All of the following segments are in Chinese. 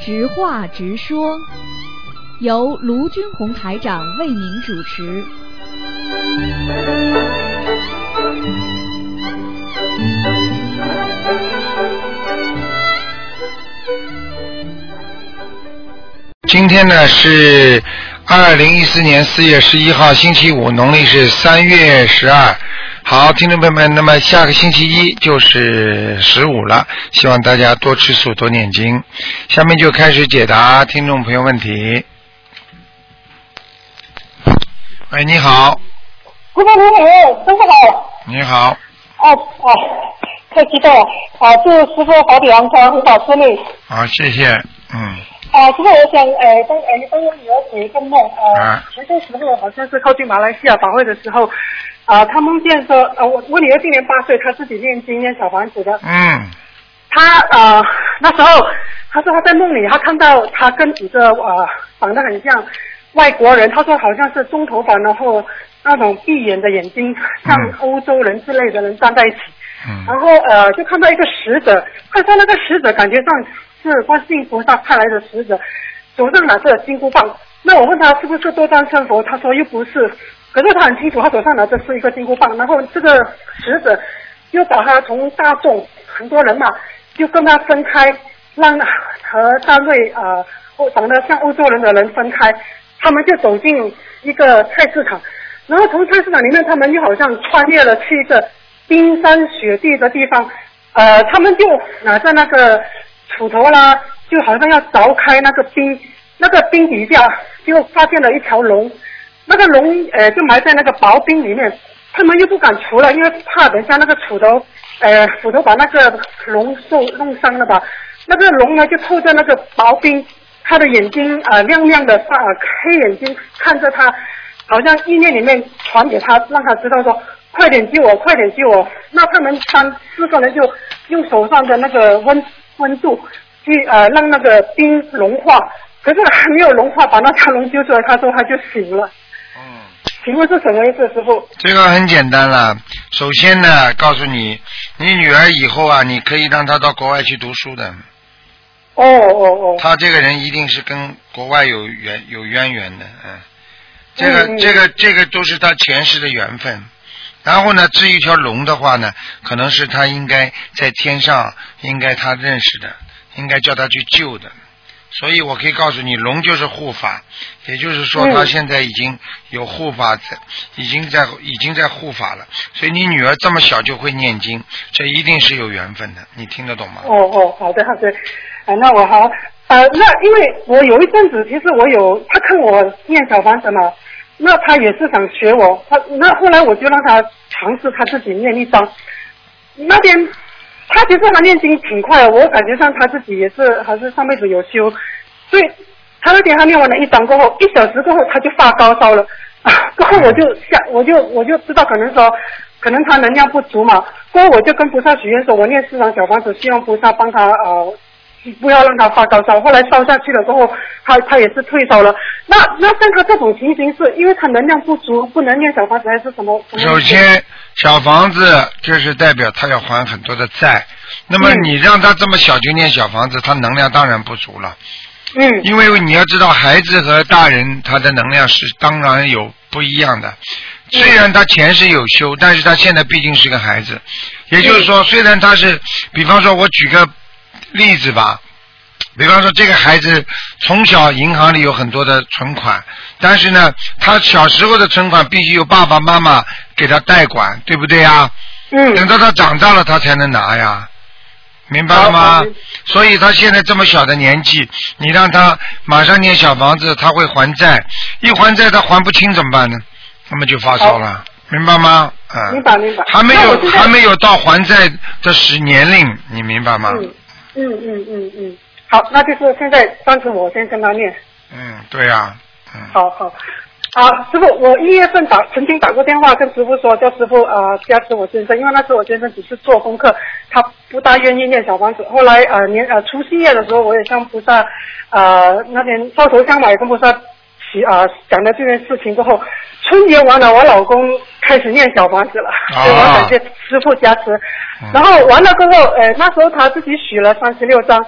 直话直说，由卢军红台长为您主持。今天呢是二零一四年四月十一号，星期五，农历是三月十二。好，听众朋友们，那么下个星期一就是十五了，希望大家多吃素，多念经。下面就开始解答听众朋友问题。喂，你好，姑娘你好，师傅好，你好，啊啊，太激动了啊！祝师傅好点安康，很好顺利好，谢谢，嗯，啊！师傅，我想呃帮呃帮我女儿解一个梦呃啊，前些时候好像是靠近马来西亚法会的时候，啊，她梦见说呃我我女儿今年八岁，她自己念经念小房子的，嗯，她呃那时候她说她在梦里她看到她跟几个呃长得很像。外国人，她说好像是棕头发，然后那种闭眼的眼睛，像嗯欧洲人之类的人站在一起。嗯，然后呃，就看到一个使者，看到哎那个使者感觉上是观世音菩萨派来的使者，手上拿着金箍棒。那我问他是不是多张生佛，他说又不是，可是他很清楚，他手上拿着是一个金箍棒。然后这个使者又把他从大众很多人嘛，就跟他分开，让和单位啊、呃欧长得像欧洲人的人分开，他们就走进一个菜市场。然后从菜市场里面，他们就好像穿越了去一个冰山雪地的地方，呃，他们就拿着那个锄头啦，就好像要凿开那个冰，那个冰底下就发现了一条龙，那个龙呃就埋在那个薄冰里面，他们又不敢出来，因为怕等一下那个锄头，呃，斧头把那个龙受弄伤了吧。那个龙呢就透着那个薄冰，他的眼睛啊、呃、亮亮的发、呃、黑眼睛看着他，好像意念里面传给他，让他知道说快点救我，快点救我。那他们三四个人就用手上的那个温温度去呃让那个冰融化，可是还没有融化，把那条龙揪出来，他说他就醒了。嗯。请问是什么意思，师傅？这个很简单了。首先呢，告诉你，你女儿以后啊，你可以让她到国外去读书的。哦哦哦，她这个人一定是跟国外有缘有渊源的，嗯。这个、嗯嗯这个这个都是她前世的缘分。然后呢，至于一条龙的话呢，可能是她应该在天上应该她认识的，应该叫她去救的。所以我可以告诉你，龙就是护法，也就是说嗯他现在已经有护法在，已经在已经在护法了。所以你女儿这么小就会念经，这一定是有缘分的，你听得懂吗？哦哦，好的好的，啊，那我好，呃，那因为我有一阵子，其实我有他看我念小房子嘛，那他也是想学我，他那后来我就让他尝试他自己念一张，那边他其实他念经挺快的，我感觉上他自己也是还是上辈子有修，所以他那天他念完了一章过后，一小时过后他就发高烧了， 啊，过后我就想，我就我就知道可能说，可能他能量不足嘛，过后我就跟菩萨许愿说，我念四张小房子，希望菩萨帮他呃。不要让他发高烧，后来烧下去了之后，他他也是退烧了。那那像他这种情形是，因为他能量不足，不能念小房子还是什么？什么首先，小房子就是代表他要还很多的债。那么嗯你让他这么小就念小房子，他能量当然不足了。嗯因为你要知道，孩子和大人他的能量是当然有不一样的。虽然他前世有修，但是他现在毕竟是个孩子，也就是说，虽然他是，比方说，我举个例子吧，比方说这个孩子从小银行里有很多的存款，但是呢，他小时候的存款必须由爸爸妈妈给他代管，对不对啊？嗯等到他长大了，他才能拿呀，明白了吗好好？所以他现在这么小的年纪，你让他马上念小房子，他会还债，一还债他还不清怎么办呢？那么就发烧了，明白吗？啊、明白明白还没那我有现在还没有到还债的时年龄，你明白吗？嗯嗯嗯嗯嗯，好，那就是现在单纯我先跟他念，嗯，对呀、嗯，好好。啊，师傅，我一月份打曾经打过电话跟师傅说，叫师傅呃加持我先生，因为那时候我先生只是做功课，他不大愿意念小房子。后来呃年呃除夕夜的时候，我也向菩萨呃那天烧头香嘛，也跟菩萨提啊、讲了这件事情过后，春节完了，我老公开始念小房子了，啊所以我感谢师傅加持嗯。然后完了过后，呃那时候他自己许了三十六张，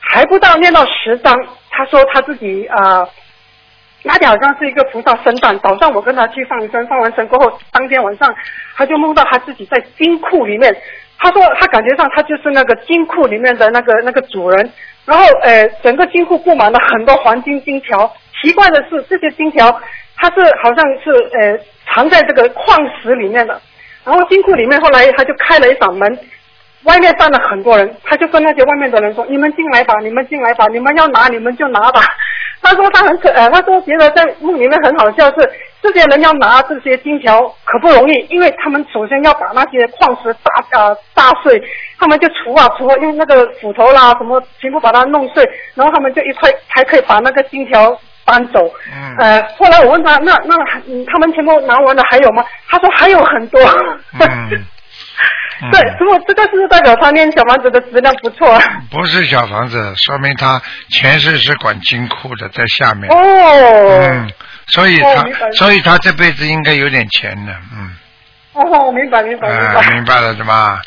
还不到念到十章，他说他自己啊、呃那天好像呃是一个菩萨生诞，早上我跟他去放生，放完生过后，当天晚上他就梦到他自己在金库里面。他说他感觉上他就是那个金库里面的那个那个主人，然后呃，整个金库布满了很多黄金金条。奇怪的是，这些金条它是好像是呃藏在这个矿石里面的。然后金库里面后来他就开了一扇门，外面站了很多人，他就跟那些外面的人说：“你们进来吧，你们进来吧，你们要拿你们就拿吧。”他说他很可，呃，他说觉得在梦里面很好笑是，这些人要拿这些金条可不容易，因为他们首先要把那些矿石炸呃炸碎，他们就除啊除啊，用那个斧头啦什么全部把它弄碎，然后他们就一块才可以把那个金条搬走。嗯呃，后来我问他，那那嗯他们全部拿完了还有吗？他说还有很多。嗯，嗯 对，如果这个是代表他念小房子的质量不错。啊不是小房子，说明他前世是管金库的，在下面。哦，哎嗯，所以哦他明白了所以他这辈子应该有点钱的，嗯，哦，我明白明白明啊，白。明白了对吧？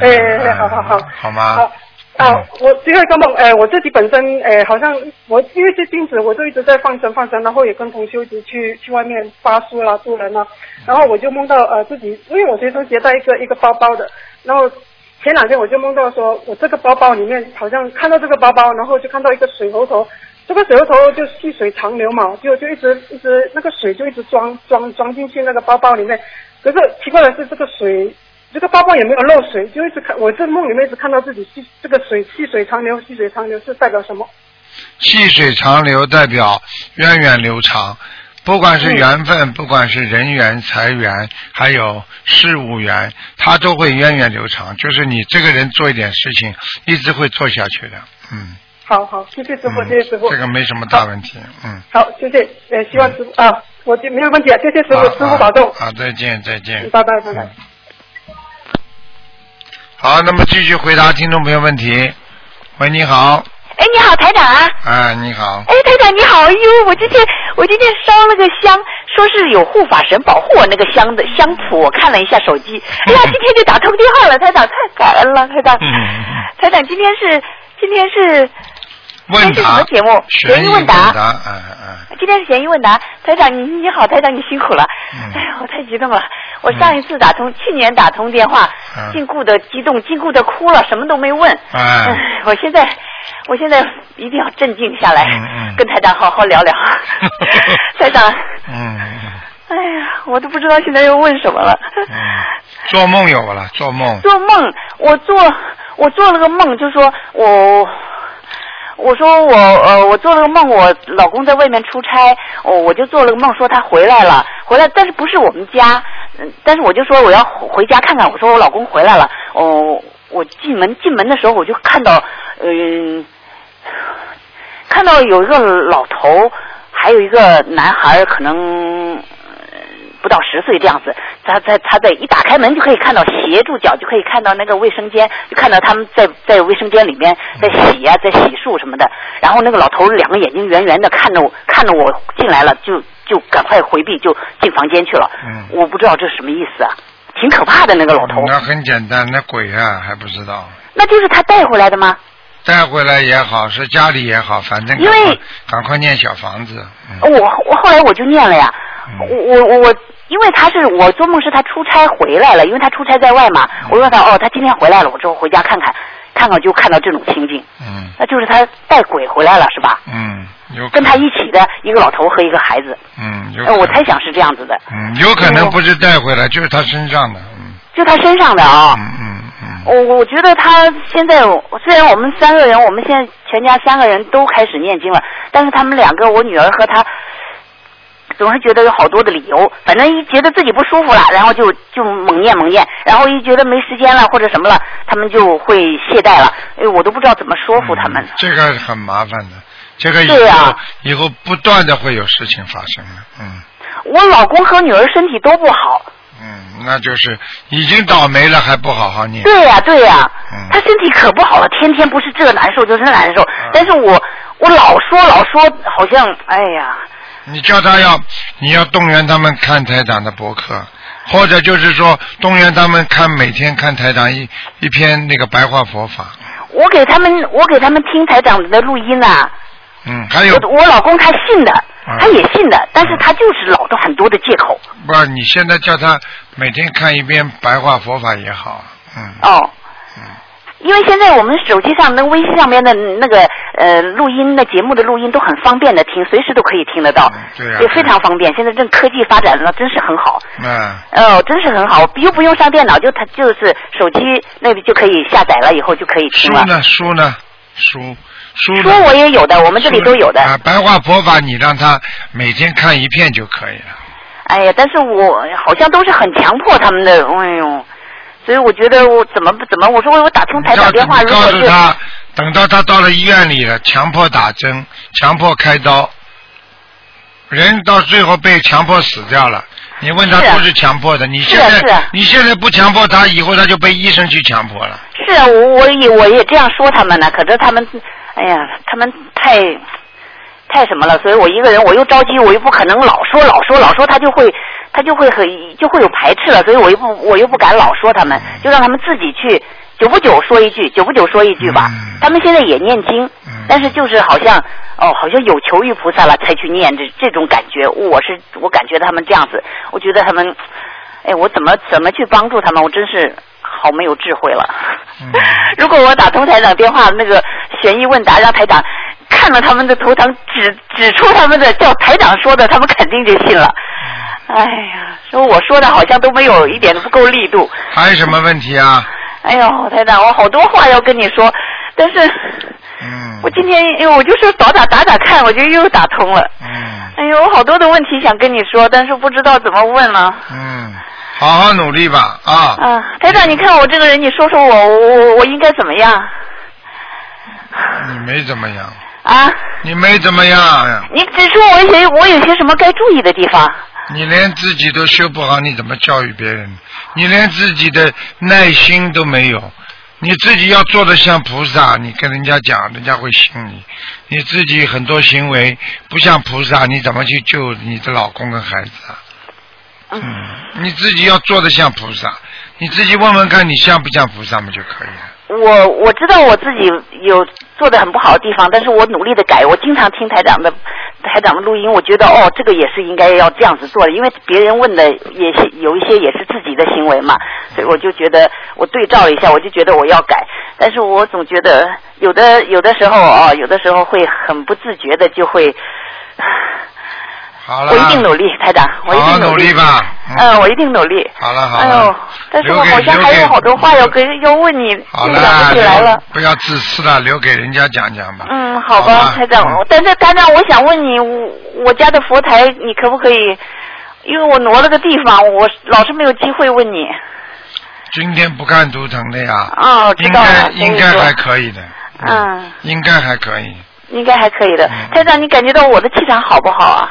哎哎嗯哎好好好好吗？好啊，我第二个梦，呃，我自己本身，呃，好像我因为最近子我就一直在放生放生，然后也跟同修一直去去外面发书啦、助人啦，然后我就梦到呃自己，因为我随身携带一个一个包包的，然后前两天我就梦到说我这个包包里面好像看到这个包包，然后就看到一个水猴头，这个水猴头就细水长流嘛，就就一直一直那个水就一直装装装进去那个包包里面，可是奇怪的是这个水这个包包也没有漏水，就一直看我这梦里面一直看到自己细这个水细水长流，细水长流是代表什么？细水长流代表源远流长，不管嗯是缘分，不管是人缘、财缘，还有事务缘，它都会源远流长。就是你这个人做一点事情，一直会做下去的。嗯，好好，谢谢师傅，嗯谢谢师傅。这个没什么大问题。嗯，好，谢谢，呃，希望师傅啊，我就没有问题啊，谢谢师傅，好师傅保重，好，好再见，再见。拜拜拜拜。嗯好，那么继续回答听众朋友问题。喂，你好，哎，你好，台长啊！哎，你好，哎，台长你好！哎呦，我今天我今天烧了个香，说是有护法神保护我那个香的香谱，我看了一下手机，哎呀，今天就打通电话了，台长太感恩了，台长。嗯台长，今天是今天是问这是什答么节目悬悬疑疑问问答答，哎哎。今天是闲鱼问答，台长你你好，台长你辛苦了。嗯哎呀，我太激动了！我上一次打通，去年打通电话嗯，禁锢的激动，禁锢的哭了，什么都没问。哎 嗯我现在，我现在一定要镇静下来，嗯嗯跟台长好好 聊聊。台长，嗯，哎呀，我都不知道现在要问什么了。嗯，做梦有了，做梦。做梦，我做我做了个梦，就说我。我说我呃，我做了个梦，我老公在外面出差，我、我就做了个梦，说他回来了，回来，但是不是我们家，嗯但是我就说我要回家看看，我说我老公回来了，哦，我进门进门的时候我就看到，嗯、看到有一个老头，还有一个男孩，可能呃不到十岁这样子。他在他在一打开门就可以看到斜住脚，就可以看到那个卫生间，就看到他们在在卫生间里面在洗呀、在洗漱什么的。然后那个老头两个眼睛圆圆的看着我，看着我进来了，就就赶快回避，就进房间去了。嗯我不知道这是什么意思啊，挺可怕的那个老头。那很简单，那鬼啊还不知道，那就是他带回来的吗？带回来也好，是家里也好，反正赶快因为哦赶快念小房子。嗯我我后来我就念了呀，我我我我，因为他是我做梦是他出差回来了，因为他出差在外嘛，嗯我说他哦，他今天回来了，我之后回家看看，看看就看到这种情景，嗯那就是他带鬼回来了是吧？嗯，有可跟他一起的一个老头和一个孩子，嗯有可哎，能我猜哦想是这样子的，嗯有可能不是带回来，就是他身上的。嗯就他身上的啊、嗯嗯嗯。我我觉得他现在虽然我们三个人，我们现在全家三个人都开始念经了，但是他们两个，我女儿和他，总是觉得有好多的理由，反正一觉得自己不舒服了，然后就就猛念猛念，然后一觉得没时间了或者什么了，他们就会懈怠了。哎，我都不知道怎么说服他们。嗯这个很麻烦的，这个以对啊后呀以后不断的会有事情发生的。嗯我老公和女儿身体都不好。嗯，那就是已经倒霉了还不好好念。对呀、对呀、嗯他身体可不好了，天天不是这个难受就是那难受。但是我我老说老说，好像哎呀。你叫他要，你要动员他们看台长的博客，或者就是说动员他们看每天看台长一一篇那个白话佛法。我我给他们我给他们听台长的录音啊，嗯，还有我我老公他信的，嗯他也信的，但是他就是老的很多的借口。不，你现在叫他每天看一遍白话佛法也好，嗯，哦。因为现在我们手机上、那微信上面的那个呃录音的节目的录音都很方便的听，随时都可以听得到嗯，对啊也非常方便。现在这科技发展了，真是很好，那哦，真是很好，又不用上电脑，就它就是手机那里就可以下载了，以后就可以听书了。呢？书呢？书书呢书我也有的，我们这里都有的。啊，白话佛法你让他每天看一遍就可以了。哎呀，但是我好像都是很强迫他们的，哎呦，所以我觉得我怎么怎么，我说我打通台长电话，你告如果诉是他，等到他到了医院里了，强迫打针，强迫开刀，人到最后被强迫死掉了。你问他是啊都是强迫的，你是现啊在、是啊你现在不强迫他，以后他就被医生去强迫了。是啊，我我也我也这样说他们呢，可是他们，哎呀，他们太太什么了，所以我一个人我又着急，我又不可能老说老说老说，他就会他就会很就会有排斥了，所以我又不我又不敢老说他们，就让他们自己去。久不久说一句，久不久说一句吧。嗯他们现在也念经，嗯但是就是好像哦，好像有求于菩萨了才去念这这种感觉。我是我感觉他们这样子，我觉得他们，哎，我怎么怎么去帮助他们？我真是好没有智慧了。嗯 如果我打通台长电话，那个悬疑问答让台长看了他们的头疼，指指出他们的叫台长说的，他们肯定就信了。哎呀，说我说的好像都没有一点都不够力度。还有什么问题啊？哎呦，台长，我好多话要跟你说，但是嗯，我今天因为我就是打打打打看，我就又打通了。嗯哎呦，我好多的问题想跟你说，但是不知道怎么问了。嗯，好好努力吧啊！啊，台长，你看我这个人，你说说我，我我我应该怎么样？你没怎么样，啊，你没怎么样，啊你指出我有些我有些什么该注意的地方？你连自己都修不好，你怎么教育别人？你连自己的耐心都没有，你自己要做的像菩萨，你跟人家讲，人家会信你。你自己很多行为不像菩萨，你怎么去救你的老公跟孩子啊？嗯，你自己要做的像菩萨，你自己问问看你像不像菩萨嘛就可以了。我我知道我自己有做的很不好的地方，但是我努力的改。我经常听台长的台长的录音，我觉得哦，这个也是应该要这样子做的，因为别人问的也是有一些也是自己的行为嘛，所以我就觉得我对照了一下，我就觉得我要改。但是我总觉得有的有的时候哦，有的时候会很不自觉的就会。好了，我一定努力，台长，我一好好定努力力吧嗯嗯，我一定努力。好了好哎呦了，但是留我给好留像还给嗯有好多话要跟要问你，好那个想了，不起来了留。不要自私了，留给人家讲讲吧。嗯，好好吧吧，台长嗯。但是台长，我想问你，我我家的佛台，你可不可以？因为我挪了个地方，我老是没有机会问你。今天不看图腾的呀，哦，我知应道该了。应该还以。可以的，嗯，应该还可以。应该还可以的嗯。台长，你感觉到我的气场好不好啊？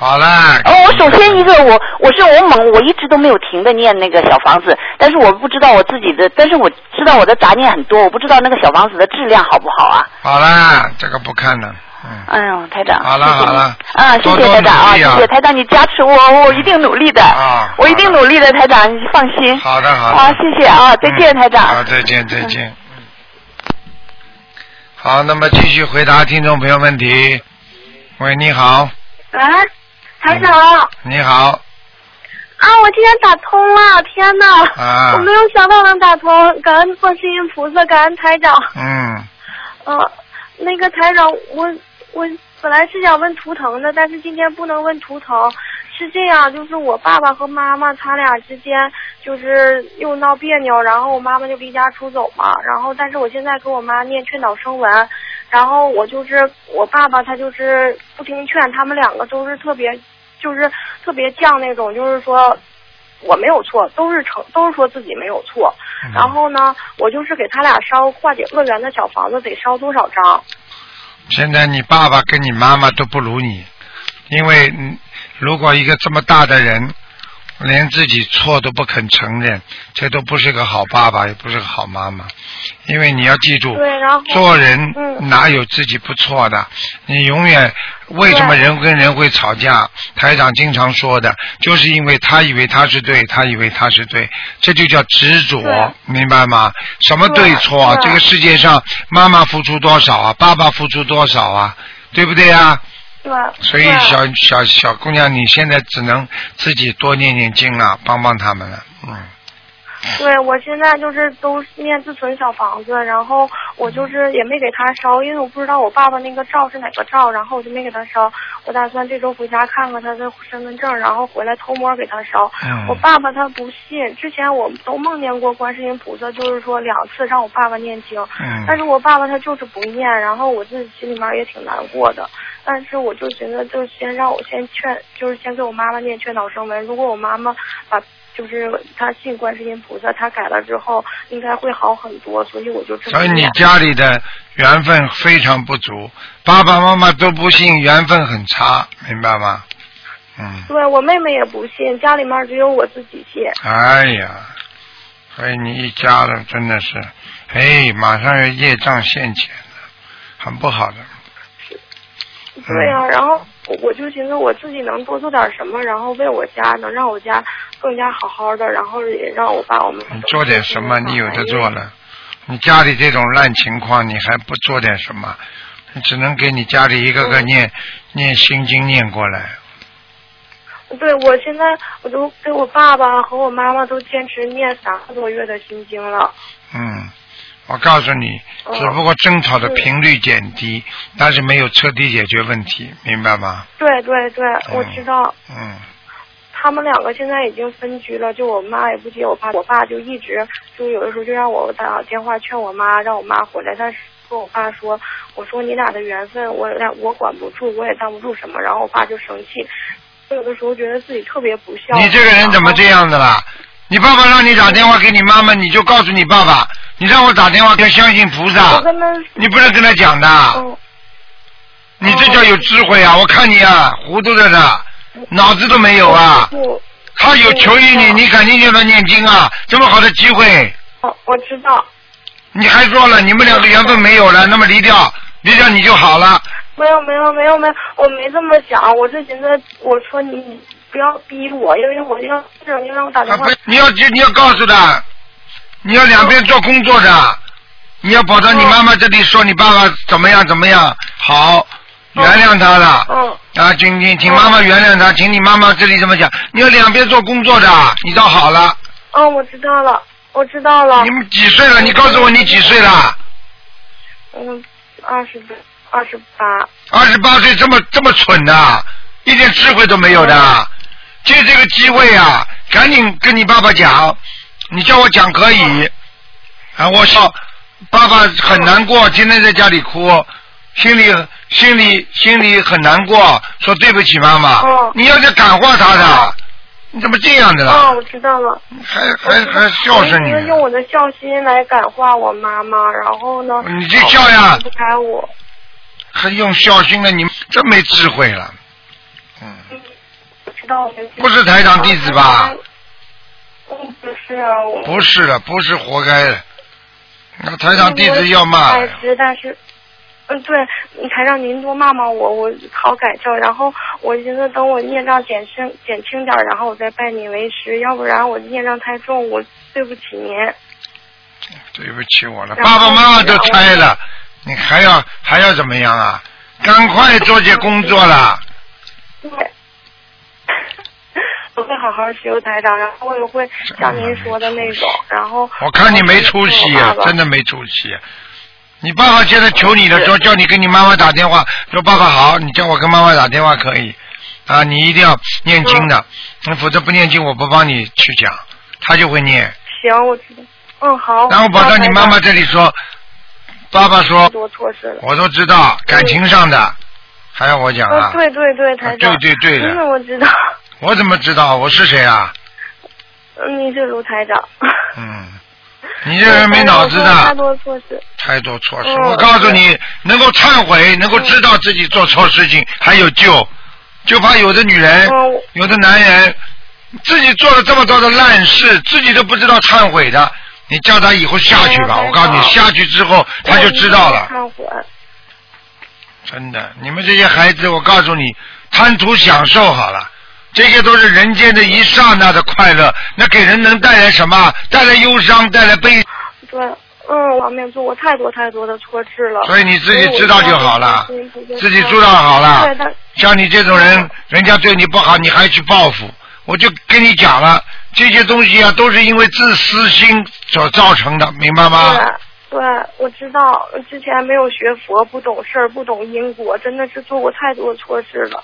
好啦，哦，我首先一个我我是我猛，我一直都没有停的念那个小房子，但是我不知道我自己的，但是我知道我的杂念很多，我不知道那个小房子的质量好不好啊。好啦，这个不看了，嗯，哎呦，台长，好了谢谢好了你啊，谢多谢多台长努力啊嗯谢谢台长，你加持我，我一定努力的，啊我一定努力的，台长，你放心。好的好的。啊，谢谢啊，再见，嗯台长。好，再见再见。嗯好，那么继续回答听众朋友问题。喂，你好，啊，台长啊，你好，我今天打通了，天哪！啊我没有想到能打通，感恩观世音菩萨，感恩台长。嗯，呃，那个台长，我我本来是想问图腾的，但是今天不能问图腾。是这样，就是我爸爸和妈妈他俩之间就是又闹别扭，然后我妈妈就离家出走嘛。然后，但是我现在给我妈念劝导声文，然后我就是我爸爸他就是不听劝，他们两个都是特别就是特别犟那种，就是说我没有错，都是承都是说自己没有错。嗯然后呢，我就是给他俩烧化解恶缘的小房子，得烧多少张？现在你爸爸跟你妈妈都不如你，因为嗯如果一个这么大的人，连自己错都不肯承认，这都不是个好爸爸，也不是个好妈妈。因为你要记住，对，然后做人嗯哪有自己不错的？你永远为什么对人跟人会吵架？台长经常说的，就是因为他以为他是对，他以为他是对，这就叫执着对，明白吗？什么对错啊？对这个世界上，妈妈付出多少啊？爸爸付出多少啊？对不对啊？对，所以对小小小姑娘，你现在只能自己多念念经了，帮帮他们了，嗯。对，我现在就是都是念自存小房子，然后我就是也没给他烧，因为我不知道我爸爸那个照是哪个照，然后我就没给他烧。我打算这周回家看看他的身份证，然后回来偷摸给他烧。嗯我爸爸他不信，之前我都梦见过观世音菩萨，就是说两次让我爸爸念经，嗯但是我爸爸他就是不念，然后我自己心里面也挺难过的。但是我就寻思，就先让我先劝，就是先给我妈妈念劝导声文。如果我妈妈把就是她信观世音菩萨，她改了之后，应该会好很多。所以我就这么所以你念家里的缘分非常不足，爸爸妈妈都不信，缘分很差，明白吗？嗯，对我妹妹也不信，家里面只有我自己信。哎呀，所以你一家人真的是，哎，马上要业障现前了，很不好的。嗯对呀、然后我我就寻思我自己能多做点什么，然后为我家能让我家更加好好的，然后也让我爸我妈你做点什么？你有的做。了。你家里这种烂情况，你还不做点什么？你只能给你家里一个嗯个念、念心经念过来。对，我现在我都给我爸爸和我妈妈都坚持念三个多月的心经了。嗯，我告诉你，嗯只不过争吵的频率减低，但是没有彻底解决问题，明白吗？对对对，我知道嗯，他们两个现在已经分居了，就我妈也不接我爸，我爸就一直就有的时候就让我打电话劝我妈，让我妈回来，但是跟我爸说，我说你俩的缘分，我俩我管不住，我也当不住什么，然后我爸就生气。我有的时候觉得自己特别不孝。你这个人怎么这然后？样的啦？你爸爸让你打电话给你妈妈，你就告诉你爸爸，你让我打电话要相信菩萨我，跟他，啊你不能跟他讲的，嗯，你这叫有智慧啊！我看你啊，糊涂着呢，脑子都没有啊！不，他有求于你，嗯你肯定就能念经啊！这么好的机会，哦我知道，你还说了你们两个缘分没有了，那么离掉，离掉你就好了。没有没有没有没有，我没这么想，我是寻思，我说你你不要逼我，因为我要这种，因为我打啊电话不，你要你要告诉他，你要两边做工作的，你要跑到你妈妈这里说你爸爸怎么样怎么样，好，原谅他了。嗯，啊，请请请妈妈原谅他，请你妈妈这里怎么讲？你要两边做工作的，你倒好了。嗯，我知道了，我知道了你，们几岁了？你告诉我你几岁了？嗯，二十二十八，二十八岁这么这么蠢的、一点智慧都没有的，借这个机会啊，赶紧跟你爸爸讲，你叫我讲可以，啊，我说爸爸很难过，天天在家里哭，心里心里心里很难过，说对不起妈妈嗯，你要是感化他的，你怎么这样的嗯，啦？我知道了，还我还知道还孝顺我一直用我你，的孝心来感化我妈妈，然后呢，你这孝呀不开我，还用孝心了，你们真没智慧了，嗯。我知道我没不是台长弟子吧？嗯，不是啊，我不是了，不是活该的。那台长弟子要骂我，知但是，嗯，对，台让您多骂骂我，我好改正。然后我寻思等我孽障减轻减轻点儿，然后我再拜您为师，要不然我孽障太重，我对不起您。对不起我了，然后爸爸妈妈都拆了，你还要还要怎么样啊？赶快做些工作啦！对， 我会好好修台长，然后我也会像您说哎的那种，然后我看你没出息啊，真的。的没出息啊。你爸爸现在求你了，说叫你跟你妈妈打电话，说爸爸好，你叫我跟妈妈打电话可以，啊，你一定要念经的，嗯你否则不念经我不帮你去讲，他就会念。行，我知道。嗯，好。然后跑到你妈妈知这里说，爸爸说道台长多措施了。我都知道，感情上的，还要我讲啊嗯，？对对对，台长。啊对对对的嗯，我知道。我怎么知道我是谁啊？嗯，您是卢台长。嗯，你这个人没脑子嗯太的，多措施。太多错事。嗯我告诉你，能够忏悔，能够知道自己做错事情，还有救。就怕有的女人嗯我，有的男人，自己做了这么多的烂事，自己都不知道忏悔的，你叫他以后下去吧。哎呀我告诉你，太好下去之后他就知道了。忏悔。真的，你们这些孩子，我告诉你，贪图享受好了，这些都是人间的一刹那的快乐，那给人能带来什么？带来忧伤，带来悲。对，嗯，我面做我太多太多的错事了。所以你自己知道就好了所以我就，自己知道好了对，但。像你这种人，人家对你不好，你还去报复，我就跟你讲了，这些东西啊，都是因为自私心所造成的，明白吗？对，啊对，我知道，之前没有学佛，不懂事儿，不懂因果，真的是做过太多错事了。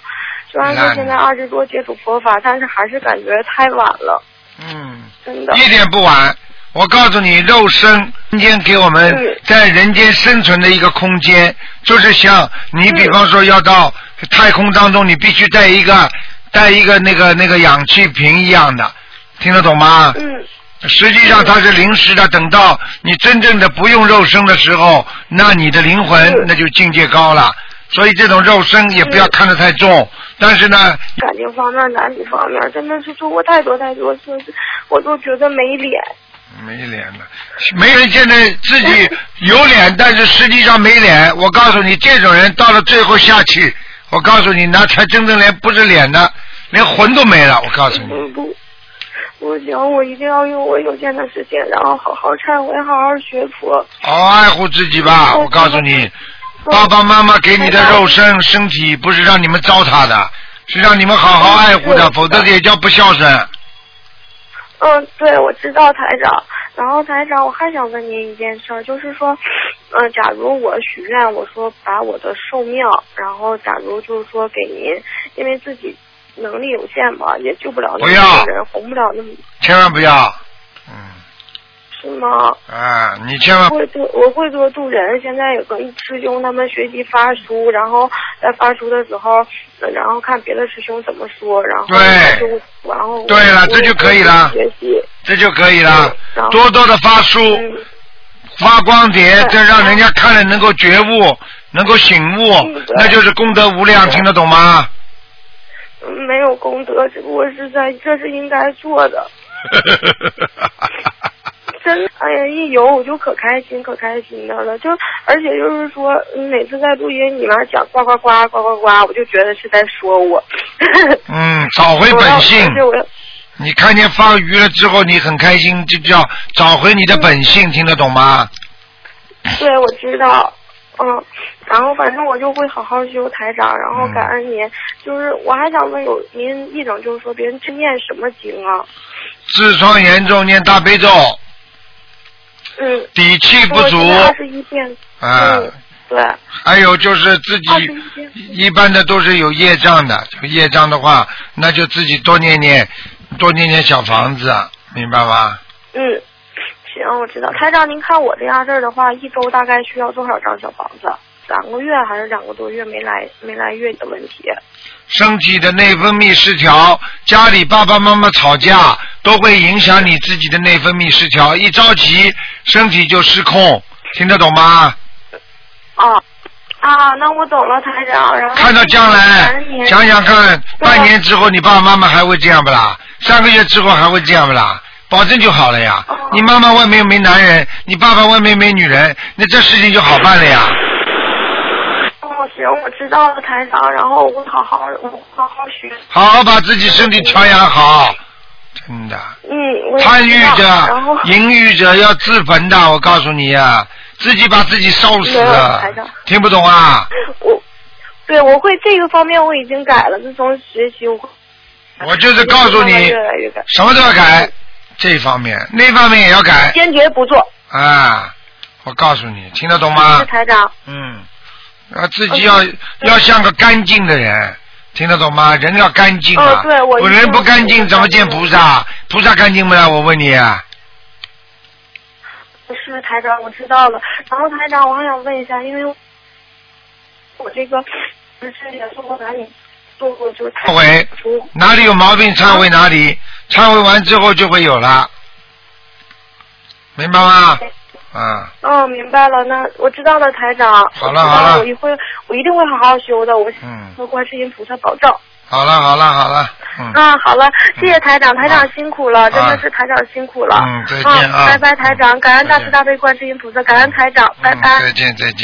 虽然说现在二十多接触佛法，但是还是感觉太晚了，嗯。真的。一点不晚。我告诉你，肉身今天给我们嗯在人间生存的一个空间，就是像你比方说要到太空当中，你必须带一个带一个那个那个氧气瓶一样的，听得懂吗？嗯，实际上它是临时的，等到你真正的不用肉身的时候，那你的灵魂嗯那就境界高了。所以这种肉身也不要嗯看得太重，但是呢，感情方面、男女方面，真的是做过太多太多错事，我都觉得没脸。没脸了，没人现在自己有脸，但是实际上没脸。我告诉你，这种人到了最后下去，我告诉你，那才真正连不是脸的，连魂都没了。我告诉你，嗯不，不行，我一定要用我有限的时间，然后好好忏悔，好好学佛。嗯好好爱护自己吧。我告诉你，爸爸妈妈给你的肉身身体不是让你们糟蹋的，是让你们好好爱护的，嗯否则也叫不孝顺。嗯，对，我知道台长。然后台长，我还想问您一件事儿，就是说，嗯、假如我许愿，我说把我的寿命，然后假如就是说给您，因为自己能力有限嘛，也救不了那不要么多人，红不了那么，千万不要，嗯，是吗？啊，你千万我会多，我会多助人。现在有个师兄，他们学习发书，然后在发书的时候，呃然后看别的师兄怎么说，然后对就然后我对了我这就可以了学习，这就可以了嗯然，后多多的发书。嗯。发光碟，对嗯这让人家看了能够觉悟，能够醒悟嗯对，那就是功德无量，听得懂 吗？没有功德，只不过是在这是应该做的。真的哎呀，一有我就可开心，可开心的了。就而且就是说，嗯每次在录音里面讲呱呱呱呱呱呱，我就觉得是在说我。 嗯，找回我要本性而。且我要你看见放鱼了之后，你很开心，这叫找回嗯你的本性，听得懂吗？对我知道，嗯，然后反正我就会好好修台长，然后感恩嗯您。就是我还想问有您一整就是说别人去念什么经啊？痔疮严重，念大悲咒，嗯，底气不足二十一遍。啊，嗯，啊对。还有就是自己二十一遍一般的都是有业障的，这个业障的话，那就自己多念念，多念念小房子，明白吗？嗯，行，我知道。台长，您看我这样式儿的话，一周大概需要多少张小房子？两个月还是两个多月没来没来月的问题？身体的内分泌失调，家里爸爸妈妈吵架都会影响你自己的内分泌失调，一着急身体就失控，听得懂吗？啊啊，那我懂了，台长。然后看到将来感恩您，想想看，对半年之后你爸爸妈妈还会这样不啦？三个月之后还会这样不啦？保证就好了呀哦。你妈妈外面没男人，你爸爸外面没女人，那这事情就好办了呀。哦，行，我知道了，台长。然后我好好，我好好学。好好把自己身体调养好，真的。嗯，我也贪欲知者道然后、淫欲者要自焚的，我告诉你呀、自己把自己烧死没有啊台长！听不懂啊？我，对，我会这个方面我已经改了。自从学习，我会我就是告诉慢慢你，越来越改，什么都要改，这方面那方面也要改嗯坚决不做。啊！我告诉你，听得懂是吗？台长。嗯，啊，自己要哦要像个干净的人，听得懂吗？人要干净啊哦，对我一定人不要干是一净个怎么干净见的菩人萨？菩萨干净不啦？我问你啊。是台长，我知道了。然后台长，我还想问一下，因为我这个不是也做过哪里做过就是台忏悔出哪里有毛病忏悔哪里，忏悔完之后就会有了，明白吗？啊，哦，明白了，那我知道了，台长。好了我知道好了我一会我一定会好好修的，我嗯和观世音菩萨保证。好了好了好了，嗯嗯，好了，谢谢台长，台啊长辛苦了，真啊的是台长辛苦了。嗯再见啊拜拜，台长，感恩再大见慈大悲观世音菩萨，感恩台长，拜嗯拜。再见再见。